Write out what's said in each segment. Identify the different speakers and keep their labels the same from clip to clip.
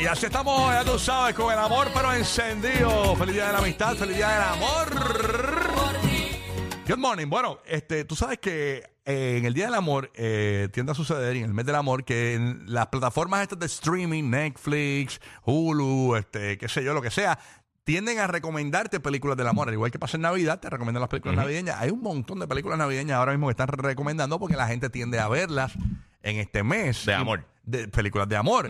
Speaker 1: Y así estamos, ya tú sabes, con el amor pero encendido. Feliz día de la amistad, feliz día del amor. Good morning. Bueno, este, tú sabes que eh, en el Día del Amor eh, tiende a suceder, y en el mes del amor, que en las plataformas estas de streaming, Netflix, Hulu, este, qué sé yo, lo que sea, tienden a recomendarte películas del amor. Al igual que pasa en Navidad, te recomiendan las películas navideñas. Hay un montón de películas navideñas ahora mismo que están recomendando porque la gente tiende a verlas en este mes.
Speaker 2: De
Speaker 1: Y-
Speaker 2: amor.
Speaker 1: De películas de amor.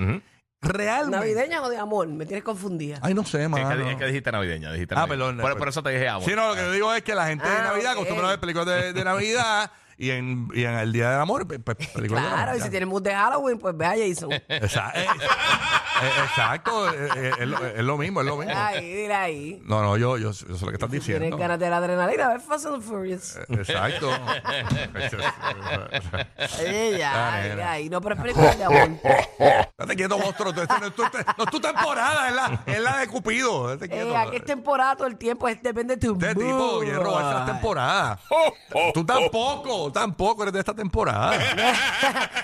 Speaker 1: Realmente.
Speaker 3: ¿Navideña o de amor? Me tienes confundida.
Speaker 1: Ay, no sé,
Speaker 2: Es
Speaker 1: mano.
Speaker 2: que, eh. es que dijiste navideña, dijiste
Speaker 1: Ah,
Speaker 2: navideña.
Speaker 1: perdón.
Speaker 2: Por, por eso te dije amor.
Speaker 1: Sí, no, lo que yo digo es que la gente de
Speaker 3: Ah,
Speaker 1: Navidad
Speaker 3: ok.
Speaker 1: acostumbra a ver películas de, de Navidad y en, y en el Día del Amor, pe- pe- películas del
Speaker 3: Claro,
Speaker 1: amor,
Speaker 3: y si
Speaker 1: ya.
Speaker 3: tiene mood de Halloween, pues ve a Jason.
Speaker 1: Esa- eh, eh, Exacto, eh, eh, es, lo, es lo mismo, es lo mismo.
Speaker 3: Dile ahí, dile ahí.
Speaker 1: No, no, yo, yo, yo sé lo que estás
Speaker 3: Tienes
Speaker 1: diciendo.
Speaker 3: ganas de la adrenalina, ve Fast and Furious.
Speaker 1: Eh, Exacto.
Speaker 3: Ay,
Speaker 1: Ah,
Speaker 3: ya,
Speaker 1: nena.
Speaker 3: ya, y no, pero es película de amor.
Speaker 1: Date quieto, monstruo. tú- este no, es tu, este- no es tu temporada, es la, es la de Cupido. Date
Speaker 3: Eh,
Speaker 1: quieto.
Speaker 3: aquí es temporada todo el tiempo, es, depende de tu
Speaker 1: Este tipo
Speaker 3: mood.
Speaker 1: quiere robarse las temporadas. Tú tampoco, tampoco eres de esta temporada.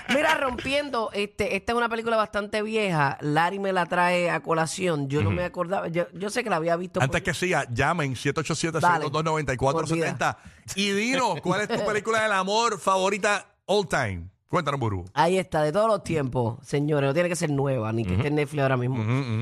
Speaker 3: Mira, rompiendo, este, esta es una película bastante vieja. Larry me la trae a colación. Yo no me acordaba, yo, yo sé que la había visto.
Speaker 1: Antes
Speaker 3: por-
Speaker 1: que siga, llamen 787
Speaker 3: Olvida.
Speaker 1: 9470 y dinos cuál es tu película del amor favorita all time. Cuéntanos, Burbu.
Speaker 3: Ahí está, de todos los tiempos, señores. No tiene que ser nueva, ni que esté en Netflix ahora mismo.